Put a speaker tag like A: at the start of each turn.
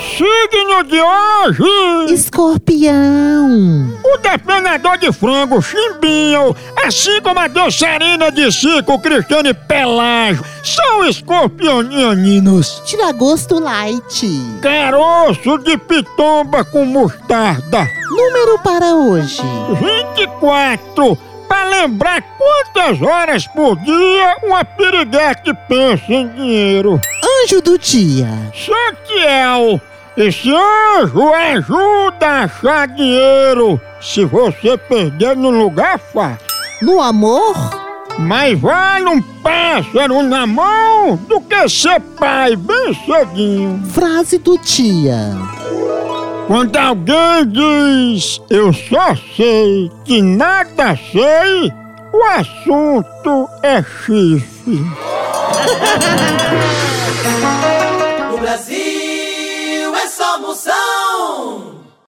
A: signo de hoje!
B: Escorpião.
A: O depenador de frango Chimbinho, assim como a dançarina de circo Cristiane Pelágio, são escorpionianinos.
B: Tira gosto light.
A: Caroço de pitomba com mostarda.
B: Número para hoje.
A: 24. Pra lembrar quantas horas por dia uma piriguete pensa em dinheiro.
B: Anjo do dia.
A: Santiel, esse anjo ajuda a achar dinheiro se você perder no lugar fácil.
B: No amor,
A: Mas vale um pássaro na mão do que ser pai bem cedinho.
B: frase do dia.
A: Quando alguém diz eu só sei que nada sei, o assunto é chifre.
C: No Brasil é só moção.